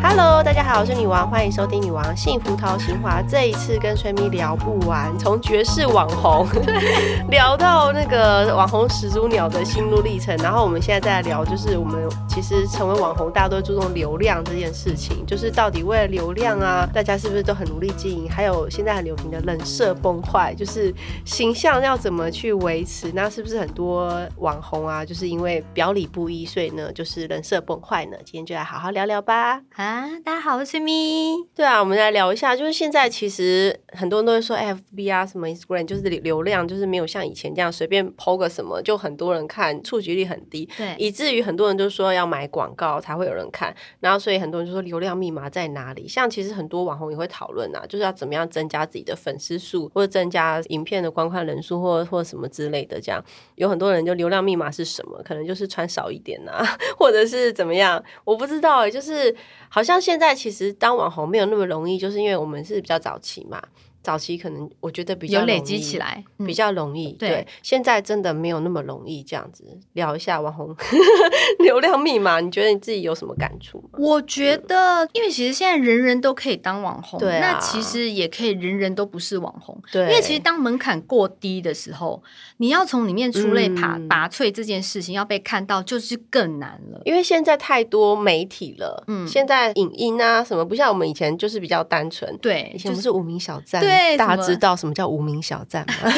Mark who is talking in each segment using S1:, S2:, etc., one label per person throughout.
S1: Hello，大家好，我是女王，欢迎收听《女王幸福掏心话》。这一次跟崔咪聊不完，从爵士网红 聊到那个网红始祖鸟的心路历程，然后我们现在再来聊，就是我们其实成为网红，大家都会注重流量啊这件事情，就是到底为了流量啊，大家是不是都很努力经营？还有现在很流行的人设崩坏，就是形象要怎么去维持？那是不是很多网红啊，就是因为表里不一，所以呢，就是人设崩坏呢？今天就来好好聊聊吧。
S2: 啊，大家好，我是咪。
S1: 对啊，我们来聊一下，就是现在其实很多人都会说哎 FB 啊，什么 Instagram，就是流流量就是没有像以前这样随便 PO 个什么，就很多人看，触及率很低，
S2: 对，
S1: 以至于很多人就说要买广告才会有人看，然后所以很多人就说流量密码在哪里？像其实很多网红也会讨论啊，就是要怎么样增加自己的粉丝数，或者增加影片的观看人数，或或什么之类的。这样有很多人就流量密码是什么？可能就是穿少一点啊， 或者是怎么样？我不知道哎、就是好像现在其实当网红没有那么容易，就是因为我们是比较早期嘛。早期可能我觉得比较
S2: 有累
S1: 容
S2: 积
S1: 易
S2: 起来，
S1: 比
S2: 嗯
S1: 较容易。
S2: 对
S1: 对，现在真的没有那么容易这样子。聊一下网红 流量密码，你觉得你自己有什么感触吗？
S2: 我觉得，因为其实现在人人都可以当网红，
S1: 对啊
S2: 那其实也可以人人都不是网红。
S1: 对，
S2: 因为其实当门槛过低的时候，你要从里面出类拔、
S1: 嗯
S2: 拔萃这件事情要被看到，就是更难了。
S1: 因为现在太多媒体了，嗯，
S2: 嗯
S1: 现在影音啊什么，不像我们以前就是比较单纯。
S2: 对，
S1: 以前
S2: 就
S1: 不
S2: 是
S1: 是无名小站，
S2: 对
S1: 大家
S2: 什么
S1: 知道什么叫无名小站吗？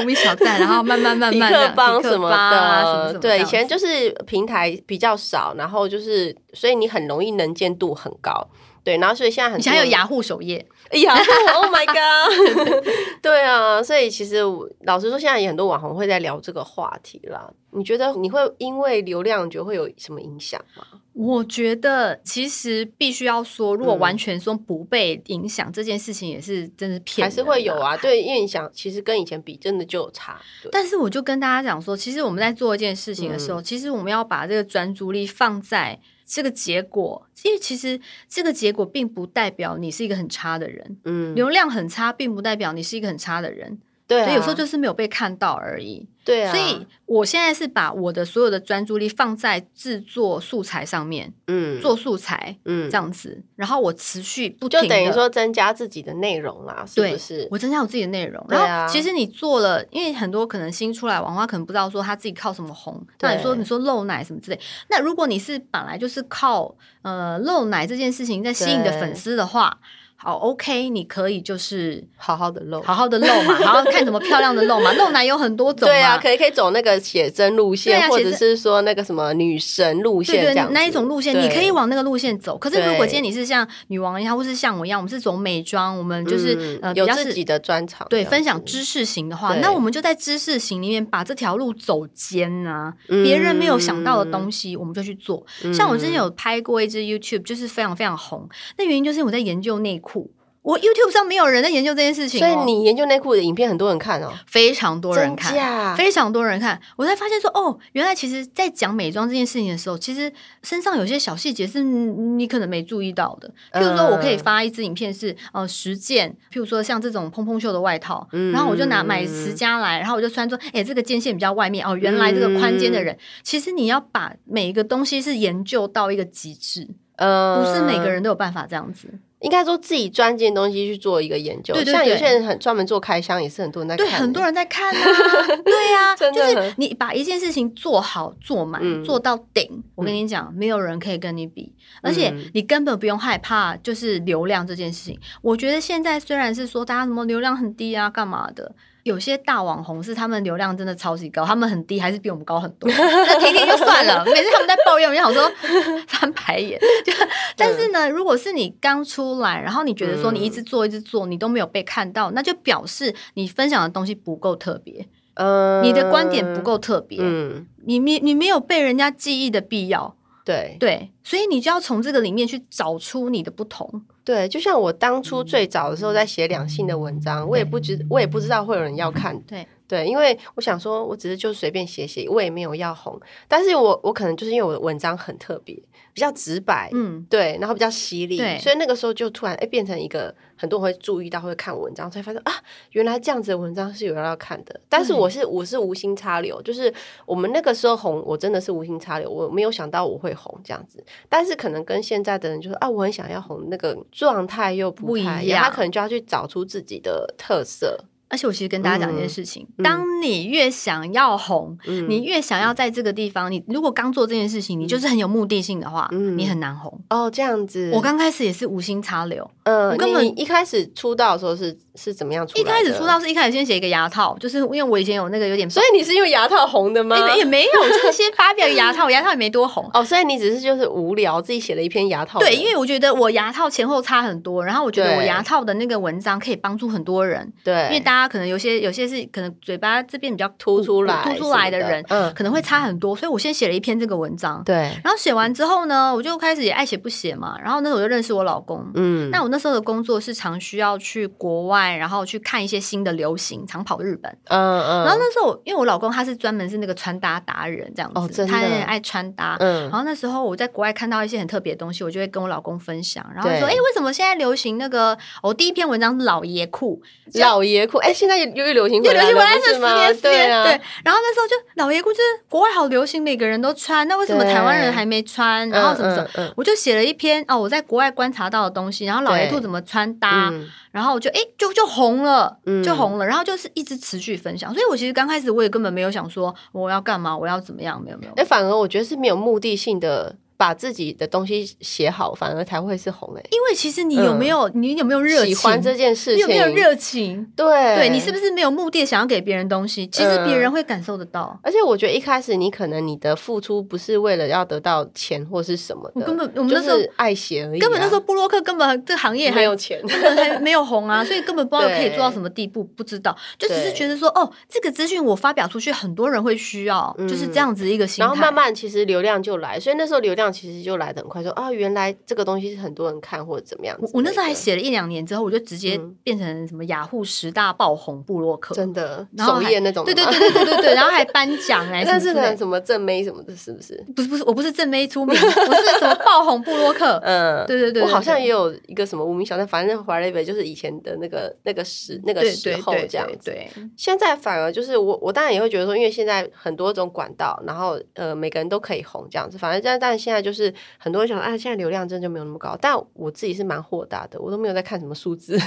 S2: 无名小站，然后慢 慢慢
S1: 匹
S2: 慢的
S1: 克帮什么
S2: 么
S1: 的，
S2: 啊、什么什么这
S1: 对，以
S2: 样
S1: 前
S2: 子
S1: 就是平台比较少，然后就是，所以你很容易能见度很高，对，然后所以现在很
S2: 以
S1: 多
S2: 前还有
S1: 人
S2: 雅虎首页，
S1: 雅虎，Oh my god！对 啊，所以其实我老实说，现在也很多网红会在聊这个话题啦。你觉得你会因为流量，你觉得会有什么影响吗？
S2: 我觉得其实必须要说，如果
S1: 嗯
S2: 完全说不被影响、这件事情，也是真的骗、
S1: 还是会有。啊？对，因为你想，其实跟以前比，真的嗯就有差。对，
S2: 但是我就跟大家讲说，其实我们在做一件事情的时候，其实我们要把这个专注力放在这个结果，因为其实这个结果并不代表你是一个很差的人，
S1: 嗯，
S2: 流量很差，并不代表你是一个很差的人，
S1: 对
S2: 所
S1: 啊，
S2: 以有时候就是没有被看到而已。
S1: 对啊，
S2: 所以我现在是把我的所有的专注力放在制作素材上面，
S1: 嗯
S2: 做素材
S1: 嗯
S2: 这样子，然后我持续不停
S1: 就
S2: 地
S1: 等于说增加自己的内容啦，是不
S2: 对
S1: 是？
S2: 我增加我自己的内容。
S1: 对啊
S2: 然后其实你做了，因为很多可能新出来网红，他可能不知道说他自己靠什么红。
S1: 对
S2: 那你说你说露奶什么之类，那如果你是本来就是靠呃露奶这件事情在吸引你的
S1: 对
S2: 粉丝的话，好 OK，你可以就是
S1: 好好的露，
S2: 好好的露嘛，好好看怎么漂亮的露嘛。露奶有很多种嘛，
S1: 对啊，可以可以走那个写真路线，
S2: 对啊
S1: 或
S2: 写
S1: 者
S2: 真
S1: 是说那个什么女神路线
S2: 对
S1: 这
S2: 对
S1: 样，子
S2: 那一种路线，你可以
S1: 对
S2: 往那个路线走。可是如果
S1: 对
S2: 今天你是像女王一样，或是像我一样，我们是走美妆，我们就是、
S1: 嗯
S2: 呃比
S1: 有
S2: 较
S1: 自
S2: 是
S1: 己的专场这
S2: 对
S1: 样子，
S2: 分享知识型的话，
S1: 对
S2: 那我们就在知识型里面把这条路走尖啊，别人没有想到的东西，我们就去做。
S1: 嗯
S2: 像我之前有拍过一支 YouTube，就是非常非常红，那原因就是我在研究内裤。我 YouTube 上没有人在研究这件事情、
S1: 所
S2: 哦，
S1: 以你研究内裤的影片很多人看哦，
S2: 非常多人
S1: 真
S2: 看，
S1: 假
S2: 非常多人看，我才发现说，哦，原来其实，在讲美妆这件事情的时候，其实身上有些小细节是你可能没注意到的。譬如说，
S1: 嗯
S2: 我可以发一支影片是呃十件，譬如说像这种蓬蓬袖的外套，
S1: 嗯
S2: 然后我就拿买十家来，然后我就穿说，哎、这个肩线比较外面哦，原来这个宽肩的
S1: 嗯
S2: 人，其实你要把每一个东西是研究到一个极致，
S1: 呃
S2: 不是每个人都有办法这样子。
S1: 应该说自己专精的东西去做一个研究，
S2: 对对
S1: 像有
S2: 对
S1: 些人很专门做开箱，也是很多人在看
S2: 对，
S1: 的，
S2: 很多人在看 啊，对呀、
S1: 真
S2: 就
S1: 的
S2: 是你把一件事情做好、做满、
S1: 嗯
S2: 做到顶，我跟你讲，没有人可以跟你比，而且
S1: 嗯
S2: 你根本不用害怕就是流量这件事情。我觉得现在虽然是说大家什么流量很低啊，干嘛的。有些大网红是他们流量真的超级高，他们很低还是比我们高很 多，那听听就算了。每次他们在抱怨，我就想说 翻白眼。就但是呢，如果是你刚出来，然后你觉得说你
S1: 嗯
S2: 一直做一直做，你都没有被看到，那就表示你分享的东西不够特别，
S1: 呃
S2: 你的观点不，够特别，
S1: 嗯，
S2: 你没你没有被人家记忆的必要，
S1: 对
S2: 对，所以你就要从这个里面去找出你的不同。
S1: 对，就
S2: 嗯
S1: 像我当初最早的时候在写两性的文章，我也不知我也不知道会有人要看，
S2: 对
S1: 对，因为我想说，我只是就随便写写，我也没有要红，但是我我可能就是因为我的文章很特别，比较直白，
S2: 嗯，
S1: 对，然后比较犀利，
S2: 对
S1: 所以那个时候就突然哎、诶变成一个很多人会注意到会看我文章，才发现啊，原来这样子的文章是有人要看的。但是
S2: 对
S1: 我是我是无心插柳，就是我们那个时候红，我真的是无心插柳，我没有想到我会红这样子。但是可能跟现在的人就是啊，我很想要红，那个状态又不
S2: 不一
S1: 太
S2: 样
S1: 他可能就要去找出自己的特色。
S2: 而且我其实跟大家讲一件事情，
S1: 嗯
S2: 当你越想要红，
S1: 嗯，
S2: 你越想要在这个地方，你如果刚做这件事情，你就是很有目的性的话，
S1: 嗯
S2: 你很难红。
S1: 哦这样子，
S2: 我刚开始也是无心插柳，
S1: 呃，
S2: 我根
S1: 你
S2: 本
S1: 你一开始出道的时候是是怎么样出来
S2: 一
S1: 的？
S2: 开始出道，是一开始先写一个牙套，就是因为我以前有那个有点
S1: 所以你是用牙套红的吗？
S2: 也也没有，就是先发表牙 套，牙套也没多红。
S1: 哦，所以你只是就是无聊，自己写了一篇牙套文。
S2: 对，因为我觉得我牙套前后差很多，然后我觉得我
S1: 对
S2: 牙套的那个文章可以帮助很多人，
S1: 对，
S2: 因为大家可能有些有些是可能嘴巴这边比较
S1: 凸出来
S2: 凸出
S1: 什么
S2: 来的
S1: 的
S2: 人，
S1: 嗯
S2: 可能会差很多，所以我先写了一篇这个文章，
S1: 对，
S2: 然后写完之后呢，我就开始也爱写不写嘛，然后那时候我就认识我老公。
S1: 嗯，
S2: 那我那时候的工作是常需要去国外，然后去看一些新的流行，常跑日本。
S1: 嗯嗯，
S2: 然后那时候我，因为我老公他是专门是那个穿搭达人这样子，
S1: 哦真的
S2: 他很爱穿搭。然
S1: 嗯
S2: 后那时候我在国外看到一些很特别的东西，我就会跟我老公分享，然后说：“哎、
S1: 对
S2: 为什么现在流行那个？我、第一篇文章是老爷裤，
S1: 老爷裤，哎，现在又又流行
S2: 就
S1: 回
S2: 流
S1: 来
S2: 行回
S1: 了，
S2: 来
S1: 不
S2: 是
S1: 是
S2: 十
S1: 吗？
S2: 年十
S1: 对
S2: 年
S1: 啊，
S2: 对。然后那时候就老爷裤就是国外好流行，每个人都穿，那为什么
S1: 对
S2: 台湾人还没穿？然后
S1: 嗯
S2: 什么什么？
S1: 么
S2: 我就写了一篇哦，我在国外观察到的东西，然后老爷
S1: 对
S2: 兔怎么穿搭，，然后我就哎、诶就就红了，
S1: 嗯
S2: 就红了，然后就是一直持续分享。所以我其实刚开始我也根本没有想说我要干嘛，我要怎么样，没有没有。
S1: 哎，反而我觉得是没有目的性的。把自己的东西写好，反而才会是红诶、
S2: 因为其实你有没有、你有没有热
S1: 嗯
S2: 情？
S1: 喜欢这件事
S2: 你有
S1: 情，
S2: 没有热情？
S1: 对，
S2: 对你是不是没有目的想要给别人东西？其实
S1: 嗯
S2: 别人会感受得到。
S1: 而且我觉得一开始你可能你的付出不是为了要得到钱或是什么的，
S2: 我根本我们
S1: 就
S2: 那时候、
S1: 是爱写而已啊、
S2: 根本那时候布洛克根本这行业还
S1: 没有钱，
S2: 根本还没有红啊，所以根本不知道
S1: 对
S2: 可以做到什么地步，不知道，就只是
S1: 对
S2: 觉得说，哦，这个资讯我发表出去，很多人会需要，
S1: 嗯
S2: 就是这样子一个心态。
S1: 然后慢慢其实流量就来，所以那时候流量其实就来的很快，说啊，原来这个东西是很多人看或者怎么样
S2: 我我那时候还
S1: 写
S2: 写了一两年之后，我就直接
S1: 嗯
S2: 变成什么雅虎十大爆红部落客，
S1: 真的
S2: 然后
S1: 首
S2: 还
S1: 页那种
S2: 对
S1: 的
S2: 对
S1: 吗，
S2: 对对对对对，然后还颁奖 哎，
S1: 但是
S2: 什么之类
S1: 呢什么正妹什么的，是不是？
S2: 不是不是，我不是正妹出名，我是什么爆红部落客，
S1: 嗯，
S2: 对对对，
S1: 我好像
S2: 对
S1: 也有一个什么无名小站，反正 whatever，就是以前的那个那个时 那个
S2: 对
S1: 时
S2: 对
S1: 候
S2: 对
S1: 这样
S2: 对
S1: 子。
S2: 对，
S1: 现在反而就是我，我当然也会觉得说，因为现在很多种管道，然后呃，每个人都可以红这样子。反正但但现在就是很多人想，啊，现在流量真的就没有那么高。但我自己是蛮豁达的，我都没有在看什么数 字。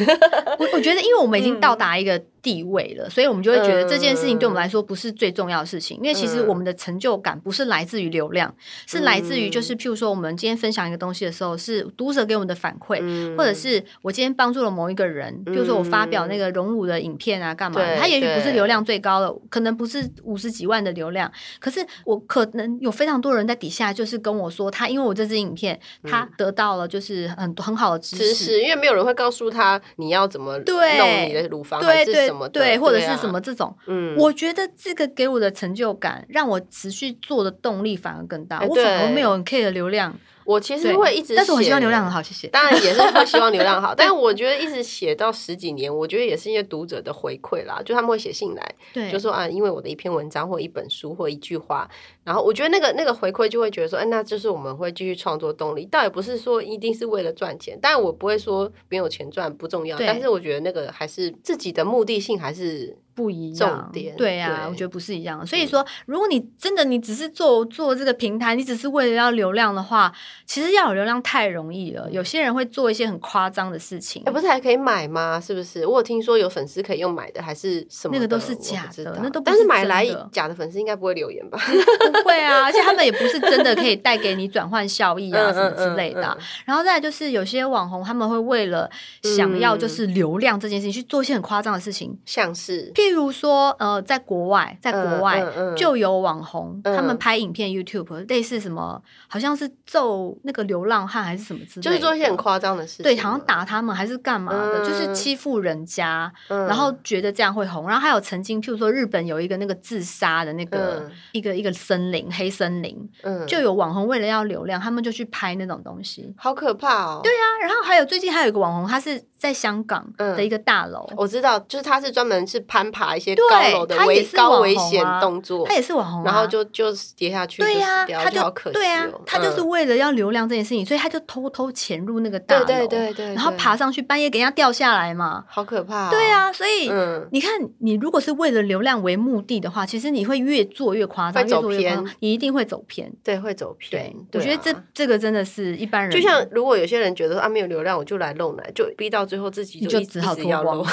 S2: 我我觉得，因为我们已经
S1: 嗯
S2: 到达一个地位了，所以我们就会觉得这件事情对我们来说不是最重要的事情，因为其实我
S1: 嗯
S2: 们的成就感不是来自于流量，是来自于
S1: 嗯
S2: 就是譬如说我们今天分享一个东西的时候，是读者给我们的反馈。
S1: 嗯
S2: 或者是我今天帮助了某一个人，比如说我发表那个荣辱的影片啊，干嘛的？
S1: 对
S2: 他也许不是
S1: 对
S2: 流量最高的，可能不是五十几万的流量，可是我可能有非常多人在底下就是跟我说，他因为我这支影片，他得到了就是很很好的
S1: 嗯知识，因为没有人会告诉他你要怎么
S2: 对
S1: 弄你的乳房还
S2: 对
S1: 是
S2: 对
S1: 什么的，
S2: 对，或者
S1: 啊
S2: 是什么，这种，
S1: 嗯，
S2: 我觉得这个给我的成就感，让我持续做的动力反而更大。
S1: 哎
S2: 我反而
S1: 对
S2: 没有很 care 的流量，
S1: 我其实
S2: 对
S1: 会一直，
S2: 但是我很希望流量很。好，谢谢。
S1: 当然也是会希望流量 好，但我觉得一直写到十几年，我觉得也是因为读者的回馈啦，就他们会写信来，
S2: 对，
S1: 就说啊，因为我的一篇文章或一本书或一句话，然后我觉得那个那个回馈就会觉得说，哎、那就是我们会继续创作动力。倒也不是说一定是为了赚钱，但我不会说没有钱赚不重要，
S2: 对
S1: 但是我觉得那个还是自己的目的性还是
S2: 不一样
S1: 重点，
S2: 对呀，
S1: 对嗯
S2: 我觉得不是一样的。所以说，如果你真的你只是做做这个平台，你只是为了要流量的话，其实要有流量太容易了。有些人会做一些很夸张的事情
S1: 哎、，不是还可以买吗？是不是？我有听说有粉丝可以用买的，还是什么的？
S2: 那个都是
S1: 我不
S2: 假
S1: 知
S2: 的
S1: 道
S2: 那都不
S1: 但是
S2: 是
S1: 买
S2: 真
S1: 来
S2: 的
S1: 假的粉丝应该不会留言吧？
S2: 不会啊，而且他们也不是真的可 以带给你转换效益啊
S1: 嗯
S2: 什么之类的啊。
S1: 嗯嗯
S2: 然后再来就是有些网红他们会为了想要
S1: 嗯
S2: 就是流量这件事情去做一些很夸张的事情，
S1: 像是
S2: 譬如说呃，在国外， 在
S1: 嗯
S2: 国外。
S1: 嗯嗯
S2: 就有网红，
S1: 嗯
S2: 他们拍影片 YouTube，类似什么，好像是揍那个流浪汉还是什么之类的，
S1: 就是做一些很夸张的事情，
S2: 对，好像，打他们还是干嘛的，
S1: 嗯
S2: 就是欺负人家，
S1: 嗯
S2: 然后觉得这样会红。然后还有曾经，譬如说日本有一个那个自杀的那个、
S1: 嗯
S2: 一个一个森林，黑森林，
S1: 嗯
S2: 就有网红为了要流量，他们就去拍那种东西。
S1: 好可怕哦。对啊，
S2: 啊，然后还有最近还有一个网红，他是在香港
S1: 嗯
S2: 的一个大楼，
S1: 我知道，就是他是专门是攀爬一些高楼
S2: 对，
S1: 的
S2: 他也
S1: 危
S2: 是
S1: 高
S2: 网
S1: 危
S2: 红
S1: 险
S2: 啊
S1: 动作
S2: 他，也是网红啊，
S1: 然后就就跌下去就
S2: 对呀、
S1: 死掉，
S2: 他
S1: 就好可惜
S2: 对呀、
S1: 哦。
S2: 他就是
S1: 嗯
S2: 为了要流量这件事情，所以他就偷偷潜入那个大
S1: 对对
S2: 楼，
S1: 对对，
S2: 然后
S1: 对
S2: 爬上去，半夜给人家掉下来嘛。
S1: 好可怕哦。
S2: 对呀、所以、
S1: 嗯，
S2: 你看，你如果是为了流量为目的的话，其实你会越做越夸张，
S1: 会
S2: 越
S1: 走
S2: 做越夸张
S1: 偏，
S2: 你一定会走偏。
S1: 对，会走偏
S2: 对，。
S1: 对
S2: 我觉得这
S1: 啊
S2: 这个真的是一般人，
S1: 就像如果有些人觉得说啊没有流量我就来露奶，就逼到最后自己
S2: 你就
S1: 一直
S2: 只好
S1: 一直
S2: 脱
S1: 要
S2: 光
S1: 露。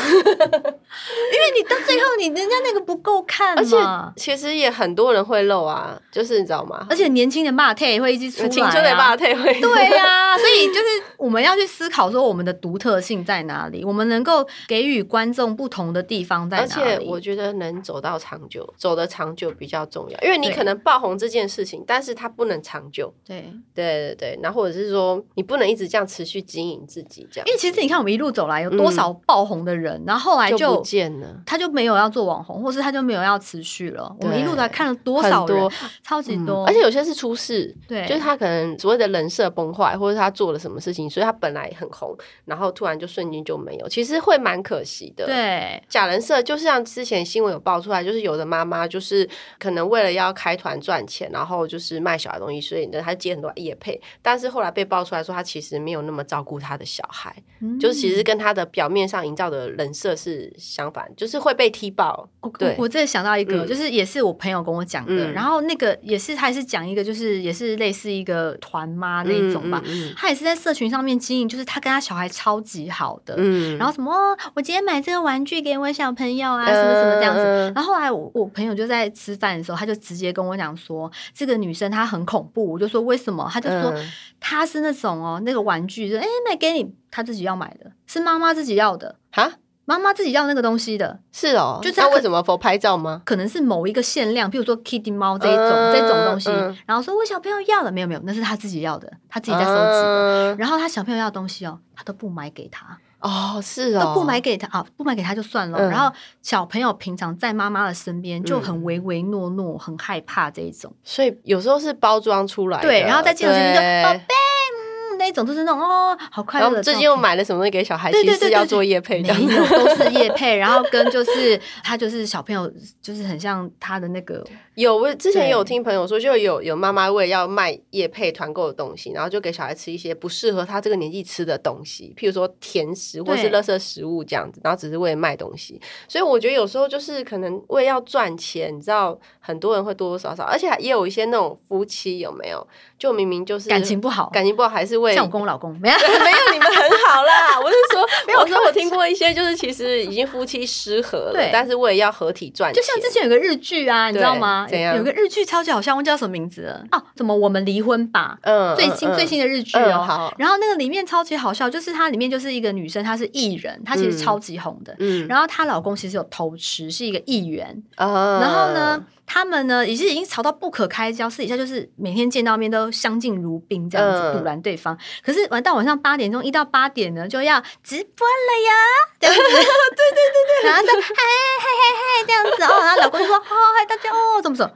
S2: 因为你到最后你人家那个不够看
S1: 而且
S2: 嘛，
S1: 其实也很多人会露啊，就是你知道吗？呃
S2: 而且年轻的骂退也会一直出来、啊，
S1: 青春的霸退会
S2: 对呀、所以就是我们要去思考说我们的独特性在哪里，我们能够给予观众不同的地方在哪
S1: 而
S2: 里。
S1: 且我觉得能走到长久，走得长久比较重要，因为你
S2: 对
S1: 可能爆红这件事情，但是它不能长久。
S2: 对，
S1: 对对对，然后或者是说你不能一直这样持续经营自己这样，
S2: 因为其实你看我们一路走来有多少爆红的人，然后后来
S1: 就
S2: 就
S1: 不见了。
S2: 他就没有要做网红，或是他就没有要持续了。我们
S1: 对
S2: 一路来看了多嗯少
S1: 很
S2: 人
S1: 多，
S2: 超级多，
S1: 嗯而且有些是出事，
S2: 对，
S1: 就是他可能所谓的人设崩坏，或者是他做了什么事情，所以他本来很红，然后突然就瞬间就没有，其实会蛮可惜的。。
S2: 对
S1: 假人设就是像之前新闻有爆出来，就是有的妈妈就是可能为了要开团赚钱，然后就是卖小孩东西，所以呢她接很多业配，但是后来被爆出来说她其实没有那么照顾她的小孩，
S2: 嗯
S1: 就是其实跟她的表面上营造的人设是相反，就是会被踢爆。
S2: 我
S1: 对
S2: 我我这想到一个，
S1: 嗯
S2: 就是也是我朋友跟我讲的，
S1: 嗯
S2: 然后那个也是他也是讲一个，就是也是类似一个团妈啊那一种吧，
S1: 嗯
S2: 他也是在社群上面经营，就是他跟他小孩超级好的，
S1: 嗯
S2: 然后什么、哦我今天买这个玩具给我小朋友啊，什么什么这样子。
S1: 子
S2: 然后后来我我朋友就在吃饭的时候，他就直接跟我讲说，这个女生她很恐怖。我就说为什么？他就说、
S1: 嗯
S2: 她是那种哦，那个玩具就哎买给你，她自己要买的，是妈妈自己要的，
S1: 哈
S2: 妈妈自己要那个东西的。
S1: 是哦，
S2: 就是
S1: 那
S2: 他可
S1: 为什么佛拍照吗？
S2: 可能是某一个限量，譬如说 Kitty 猫哦这一种、
S1: 嗯
S2: 这种东西，
S1: 嗯
S2: 然后说我小朋友要了，没有没有，那是他自己要的，他
S1: 自
S2: 自己在收集
S1: 啊
S2: 的。
S1: 的
S2: 然后他小朋友要的东西哦，他都不买给他，
S1: 哦，是哦，
S2: 都不买给他啊，不买给他就算了。
S1: 嗯
S2: 然后小朋友平常在妈妈的身边就很唯唯诺诺，很害怕这一种。
S1: 所以有时候是包装出来的，
S2: 对，然后在镜头前面就哦
S1: 对
S2: 宝贝，嗯，那一种就是那种哦，好快
S1: 然
S2: 乐
S1: 后
S2: 的照
S1: 最
S2: 片。
S1: 近又买了什么东西给小孩，
S2: 对
S1: 其
S2: 对
S1: 实是
S2: 对
S1: 要
S2: 对
S1: 做夜配
S2: 没
S1: 的。
S2: 有， 都是 叶配，然后跟就是他就是小朋友，就是很像他的那个
S1: 有，我之前
S2: 对
S1: 有听朋友说，就有有妈妈为了要卖夜配团购的东西，然后就给小孩吃一些不适合他这个年纪吃的东西，譬如说甜食或是
S2: 对
S1: 垃圾食物这样子，然后只是为了卖东西。所以我觉得有时候就是可能为了要赚钱，你知道，很多人会多多少少，而且也有一些那种夫妻有没有，就明明就是
S2: 感情不好，
S1: 感情不好，还是为
S2: 像我跟我老公没有。
S1: 没有，你们很好 啦。我是说，
S2: 没有
S1: 我说
S2: 开
S1: 我
S2: 玩
S1: 听过一些，就是其实已经夫妻失和了
S2: 对，
S1: 但是为了要合体赚钱，
S2: 就像之前有个日剧啊，你知道吗？
S1: 怎样
S2: 有有个日剧超级好笑，忘记叫什么名字了哦，怎么我们离婚吧？
S1: 嗯
S2: 最新
S1: 嗯
S2: 最新的日剧
S1: 嗯
S2: 哦。
S1: 好，
S2: 然后那个里面超级好笑，就是它里面就是一个女生，她是艺人，她其实
S1: 嗯
S2: 超级红的。
S1: 嗯，
S2: 然后她老公其实有偷吃，是一个议员。
S1: 啊
S2: 然后呢，，他们呢也是已经吵到不可开交，私底下就是每天见到面都相敬如宾这样子
S1: 嗯
S2: 堵拦对方。可是晚到晚上八点钟，一到八点呢就要直播了呀，这样子。对 对对对。然后说嗨嗨嗨嗨这样子哦，然后老公就说哦嗨大家哦怎么怎么，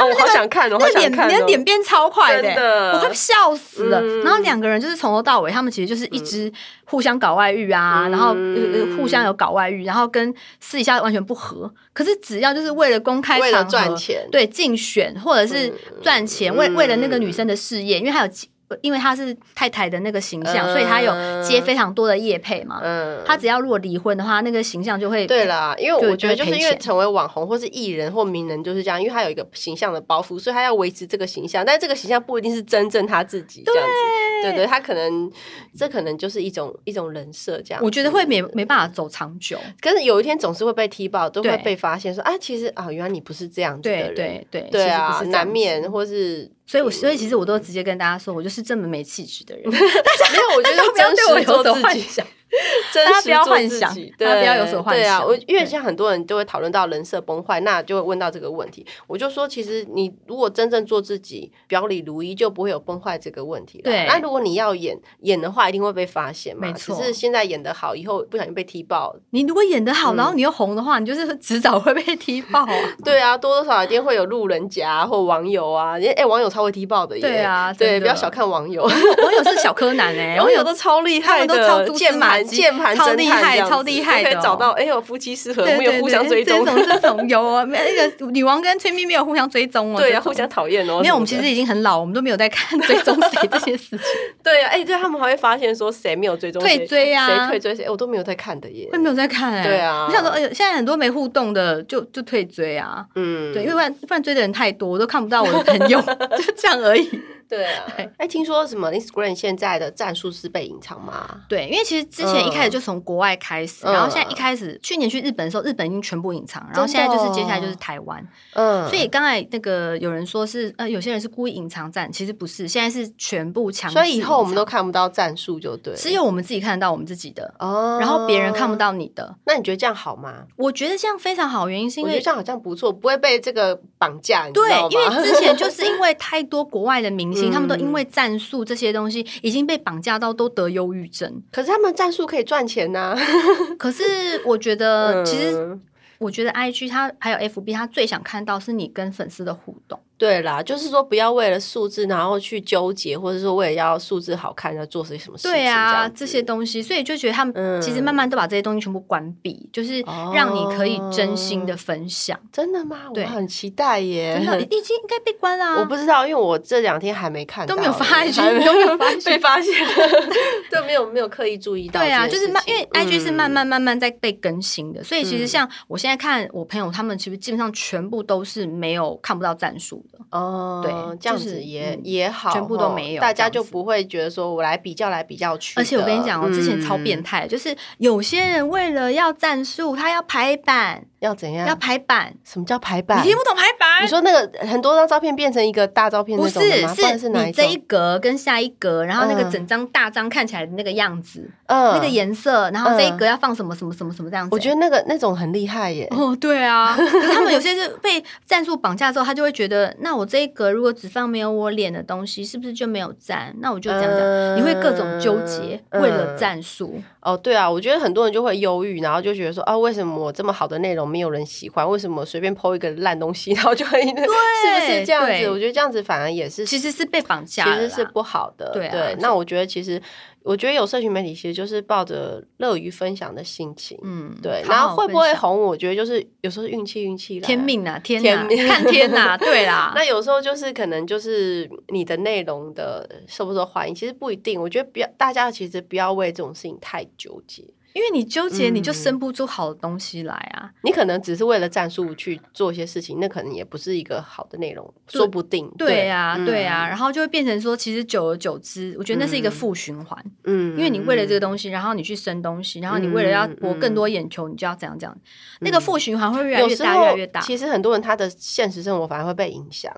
S1: 哦，我好想看哦，好
S2: 那个
S1: 想
S2: 脸
S1: 看哦，
S2: 你的脸变超快的
S1: 真
S2: 欸、
S1: 的
S2: 我快笑死了。
S1: 嗯
S2: 然后两个人就是从头到尾，他们其实就是一直互相搞外遇啊，
S1: 嗯
S2: 然后、呃呃互相有搞外遇，然后跟私底下完全不合。可是只要就是为了公开
S1: 为
S2: 场
S1: 了
S2: 合
S1: 赚钱，嗯
S2: 对竞选或者是赚钱，为为了那个女生的事业，因为她有，因为她是太太的那个形象，
S1: 嗯
S2: 所以她有接非常多的业配嘛。
S1: 嗯，
S2: 她只要如果离婚的话，那个形象就会
S1: 对啦，因为
S2: 就
S1: 我觉得就
S2: 就
S1: 是
S2: 会赔
S1: 因为
S2: 钱
S1: 成为网红或是艺人或名人就是这样，因为他有一个形象的包袱，所以他要维持这个形象，但这个形象不一定是真正他自己这样子。对对，他可能这可能就是一种一种人设这样。
S2: 我觉得会没
S1: 嗯
S2: 没办法走长久。
S1: 可是有一天总是会被踢爆，都会
S2: 对
S1: 被发现说啊，其实啊，原来你不是这样子的
S2: 对
S1: 人，
S2: 对对，
S1: 对
S2: 其实
S1: 啊
S2: 不，是这样
S1: 难
S2: 子
S1: 免。或是嗯
S2: 所以我，所以其实我都直接跟大家说，我就是这么没气质 的人，
S1: 没有，我觉得
S2: 不要
S1: 真
S2: 对我
S1: 实
S2: 有
S1: 做
S2: 所
S1: 自
S2: 幻
S1: 己，
S2: 想。
S1: 真
S2: 大家
S1: 实
S2: 不要
S1: 做
S2: 幻
S1: 自
S2: 想
S1: 己
S2: 大家不要
S1: 对
S2: 有所幻
S1: 对啊，
S2: 想
S1: 我因为
S2: 对
S1: 像很多人就会讨论到人设崩坏，那就会问到这个问题。我就说，其实你如果真正做自己，表里如一，就不会有崩坏这个问题了。
S2: 对
S1: 那如果你要演演的话，一定会被发现嘛。
S2: 没错
S1: 只是现在演的好，以后不小心被踢爆，
S2: 你如果演得好，
S1: 嗯
S2: 然后你又红的话，你就是迟早会被踢爆 啊。
S1: 对啊，多多少少一定会有路人甲或网友啊，因为哎、网友超会踢爆的耶。
S2: 对啊
S1: 对，
S2: 真的
S1: 不要小看网友，欸
S2: 网友是小柯南哎，
S1: 网
S2: 网
S1: 友
S2: 友
S1: 都超厉
S2: 他
S1: 害
S2: 们
S1: 的，
S2: 都超蛛丝
S1: 键
S2: 马打
S1: 盘
S2: 击
S1: 键盘
S2: 超
S1: 侦
S2: 厉
S1: 探这
S2: 害，
S1: 样
S2: 超
S1: 子
S2: 厉
S1: 就
S2: 害
S1: 可以
S2: 的哦，
S1: 找到哎呦夫妻适合，
S2: 对
S1: 没有
S2: 对
S1: 互相
S2: 对
S1: 追踪
S2: 这，种这种有哦，没那个女王跟崔咪咪有互相追踪哦，
S1: 对
S2: 这
S1: 啊，
S2: 种
S1: 互相讨厌哦。什
S2: 没
S1: 么
S2: 有，我们其
S1: 的
S2: 实已经很老，我们都没有在看追踪谁这 些事情，
S1: 对啊，哎，对他们还会发现说谁没有追踪谁
S2: 退追啊
S1: 谁退追谁，哎我都没有在看的耶
S2: 我。也没有在看哎、
S1: 对啊
S2: 我想说，哎呦，现在很多没互动的就就退追啊，
S1: 嗯，
S2: 对，因为不然不然追的人太多，我都看不到我的朋友， 就这样而已。
S1: 对啊
S2: 对，
S1: 哎，听说什么 Instagram 现在的战术是被隐藏吗？
S2: 对，因为其实之前一开始就从国外开始，
S1: 嗯哦
S2: 然后现在一开始去年去日本的时候，日本已经全部隐藏，然后现在就是接下来就是台湾，
S1: 嗯，
S2: 所以刚才那个有人说是呃，有些人是故意隐藏战，其实不是，现在是全部强制
S1: 所
S2: 隐藏，
S1: 以以后我们都看不到战术，就对。
S2: 只有我们自己看得到我们自己的，
S1: 哦，
S2: 然后别人看不。到你的。
S1: 那你觉得这样好吗？
S2: 我觉得这样非常好，原因是因
S1: 我觉得
S2: 为
S1: 这样好像不错，不会被这个绑架，你知
S2: 对
S1: 道，
S2: 因
S1: 吗
S2: 为之前就是因为太多国外的明
S1: 嗯
S2: 星，他们都因为战术这些东西已经被绑架到都得忧郁症。
S1: 可是他们战术可以赚钱呐。
S2: 可是我 觉得，其实
S1: 嗯
S2: 我觉得 I G 它还有 F B，它最想看到是你跟粉丝的互动。
S1: 对啦，就是说不要为了数字然后去纠结，或者说为了要数字好看要做些什么事情。
S2: 对啊，
S1: 样子
S2: 这些东西，所以就觉得他
S1: 嗯
S2: 们其实慢慢都把这些东西全部关闭，就是让你可以真
S1: 哦
S2: 心的分享。
S1: 真的吗？我
S2: 对
S1: 很期待耶。
S2: 真 的，已经应该被关啦、
S1: 我不知道，因为我这两天还啊没看到，
S2: 都没有发
S1: 哎
S2: IG
S1: 还没
S2: 都没有发
S1: 被发现，对，没有没有刻意注意到这
S2: 对
S1: 件
S2: 啊，
S1: 事情。
S2: 就是慢，因为 IG 是慢
S1: 嗯
S2: 慢慢慢在被更新的，所以其
S1: 嗯
S2: 实像我现在看我朋友他们，其实基本上全部都是没有看不到战术的。
S1: 哦，
S2: 对
S1: 这样
S2: 就
S1: 子
S2: 是
S1: 也、
S2: 嗯
S1: 也好，
S2: 全部都
S1: 吼
S2: 没有
S1: 大家
S2: 这
S1: 就
S2: 样子
S1: 不会觉得说我来比较来比较去的。
S2: 而且我跟你讲，我哦之前超变
S1: 嗯，
S2: 态，就是有些人为了要战术，他要排版，
S1: 要怎样？
S2: 要排版，
S1: 什么叫排
S2: 你
S1: 版？
S2: 听不懂排
S1: 你
S2: 版。
S1: 说那个很多张照片变成一个大照片
S2: 不
S1: 那
S2: 是
S1: 种的，吗？不然
S2: 是
S1: 是哪
S2: 你
S1: 一
S2: 这
S1: 种？
S2: 一格跟下一格，然后那个
S1: 嗯
S2: 整张大张看起来的那个样子，
S1: 嗯
S2: 那个颜色，然后这一
S1: 嗯
S2: 格要放什么什么什么什么这样子、
S1: 我觉
S2: 得。
S1: 得那个那种很厉害耶。
S2: 哦，对啊，可是他们有些是被战术绑架之后，他就会觉得，那我这一格如果只放没有我脸的东西，是不是就没有赞？那我就这样讲，
S1: 嗯
S2: 你会各种纠结，
S1: 嗯
S2: 为了战术，
S1: 哦，对啊，我觉得很多人就会忧郁，然后就觉得说啊，为什么我这么好的内容没有人喜欢？为什么我随便抛一个烂东西，然后就很 是不是这样子？
S2: 对
S1: 我觉得这样子反而也是
S2: 其实是被绑架
S1: 其
S2: 了啦，
S1: 实是不好的。
S2: 对啊所以
S1: 那我觉得其实，我觉得有社群媒体其实就是抱着乐于分享的心情。
S2: 嗯，
S1: 对，
S2: 好
S1: 然
S2: 好
S1: 后会不
S2: 分
S1: 会
S2: 享
S1: 红，我觉得就是有时候运气运气啦。
S2: 天。命啊，天
S1: 天
S2: 呐，
S1: 命
S2: 看天呐，对啦，
S1: 那有时候就是可能就是你的内容的受不受欢迎，其实不一定。我觉得不要大家其实不要为这种事情太纠结。
S2: 因为你纠结，你
S1: 嗯
S2: 就生不出好的东西来啊。
S1: 你可能只是为了战术去做一些事情，那可能也不是一个好的内容，
S2: 对
S1: 说不定。
S2: 对啊呀，
S1: 嗯
S2: 对呀，然后就会变成说，其实久而久之，我觉得那是一个负循环，
S1: 嗯嗯
S2: 因为你为了这个
S1: 西，
S2: 东西，然后你去生东西，然后你为了要博更多眼球，你就要怎样怎样，那个负循环会越来
S1: 嗯有
S2: 越
S1: 时
S2: 大，
S1: 候
S2: 越来越大。
S1: 其实很多人他的现实生活反而会被影响，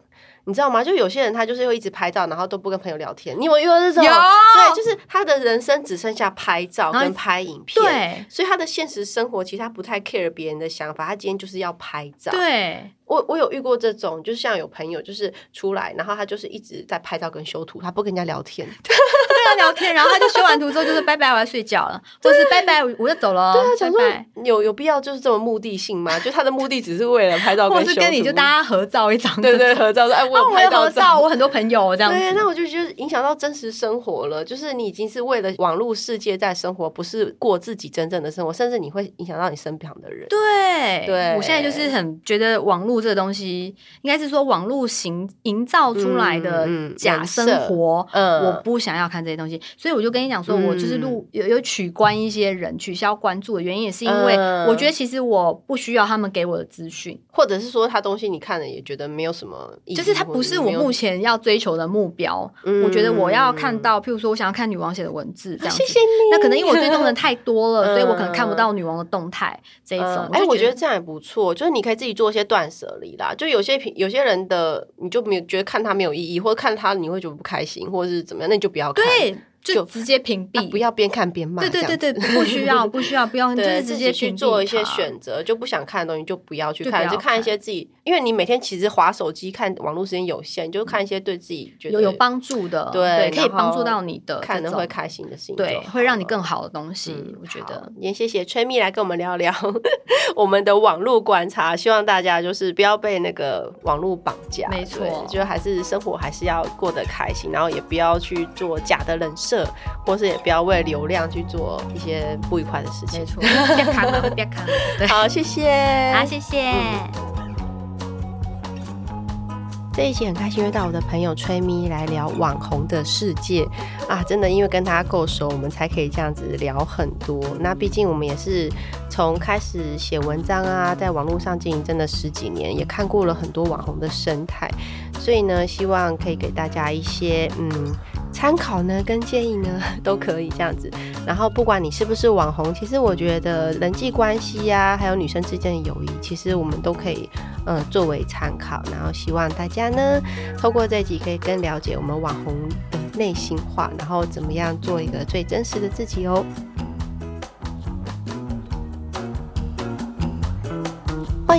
S1: 你知道吗？就有些人他就是会一直拍照，然后都不跟朋友聊天。你有没有遇到这种？
S2: 有
S1: 对，就是他的人生只剩下拍照
S2: 然后
S1: 跟拍影片。。
S2: 对
S1: 所以他的现实生活其实他不太 care 别人的想法，他今天就是要拍照。
S2: 对，
S1: 我我有遇过这种，就像有朋友就是出来，然后他就是一直在拍照跟修图，他不跟人家聊 天。
S2: 对啊，聊天，然后他就修完图之后就是拜拜，我要睡觉了，或是拜拜，我我要走了哦，
S1: 对啊，想说
S2: 拜拜。
S1: 有有必要就是这么目的性 吗？就他的目的只是为了拍照
S2: 或
S1: 跟
S2: 者
S1: 修
S2: 是
S1: 图，
S2: 跟你就大家合照一张，
S1: 对对合照说哎，我
S2: 啊，
S1: 有
S2: 我
S1: 拍
S2: 有
S1: 到
S2: 合
S1: 照。
S2: 照，我很多朋友哦这样
S1: 对，
S2: 子。
S1: 那我就觉得影响到真实生活了，就是你已经是为了网络世界在生活，不是过自己真正的生活，甚至你会影响到你身旁的人。
S2: 对，
S1: 对
S2: 我现在就是很觉得网络这个东西，应该是说网络形营造出来
S1: 嗯嗯
S2: 的假
S1: 人
S2: 生
S1: 设
S2: 活，
S1: 嗯
S2: 我不想要看这些东西，所以我就跟你讲说，我就是录有有取关一些人，取消关注的原因也是因为
S1: 嗯
S2: 我觉得其实我不需要他们给我的资讯，
S1: 或者是说他东西你看了也觉得没有什么意义，
S2: 就是它不是我目
S1: 目，
S2: 前要追求的目标。
S1: 嗯
S2: 我觉得我要看到，譬如说我想要看女王写的文字这样子
S1: 啊谢。谢你。
S2: 那可能因为我追踪的人太多了，
S1: 嗯
S2: 所以我可能看不到女王的动态 这一种
S1: 嗯。哎、
S2: 就
S1: 我觉得这样也不错，就是你可以自己做一些断舍离啦。就有些平有些人的，你就没有觉得看他没有意义，或者看他你会觉得不开心，或者是怎么样，那你就不要看，
S2: 对，就
S1: 就
S2: 直接屏
S1: 啊
S2: 蔽，
S1: 不要边看边骂，
S2: 对对对
S1: 这样
S2: 对，
S1: 子。
S2: 不需要，不需要，不 用，就
S1: 对，
S2: 是
S1: 自
S2: 直
S1: 己
S2: 接
S1: 去
S2: 屏蔽
S1: 做一些
S2: 它
S1: 选择，就不想看的东西就不要去
S2: 就
S1: 看，
S2: 不
S1: 就
S2: 要
S1: 看一些自己，因为你每天其实划手机、看网络时间有限，你就看一些对自己觉得
S2: 嗯有有帮助的，
S1: 对
S2: 可
S1: 然
S2: 以帮助
S1: 后
S2: 到你的，
S1: 看的会，开心的事情就好了，
S2: 对，会让你更好的东西
S1: 嗯，
S2: 我觉
S1: 好
S2: 得。
S1: 也谢谢崔蜜来跟我们聊聊 我们的网络观察，希望大家就是不要被那个网络绑架，
S2: 没
S1: 对
S2: 错
S1: 就还是生活还是要过得开心，然后也不要去做假的人设，或是也不要为流量去做一些不愉快的事情
S2: 没。 错，别看了，别看了，对，好，
S1: 好，谢 谢。
S2: 谢谢。
S1: 嗯这一期很开心约到我的朋友吹咪来聊网红的世界啊，真的因为跟他够熟，我们才可以这样子聊很多。那毕竟我们也是从开始写文章啊，在网络上经营真的十几年，也看过了很多网红的生态，所以呢，希望可以给大家一些嗯参考呢，跟建议呢 都可以这样子。然后不管你是不是网红，其实我觉得人际关系呀、还有女生之间的友谊，其实我们都可以呃作为参考，然后希望大家呢，透过这集可以更了解我们网红的内心话，然后怎么样做一个最真实的自己哦。欢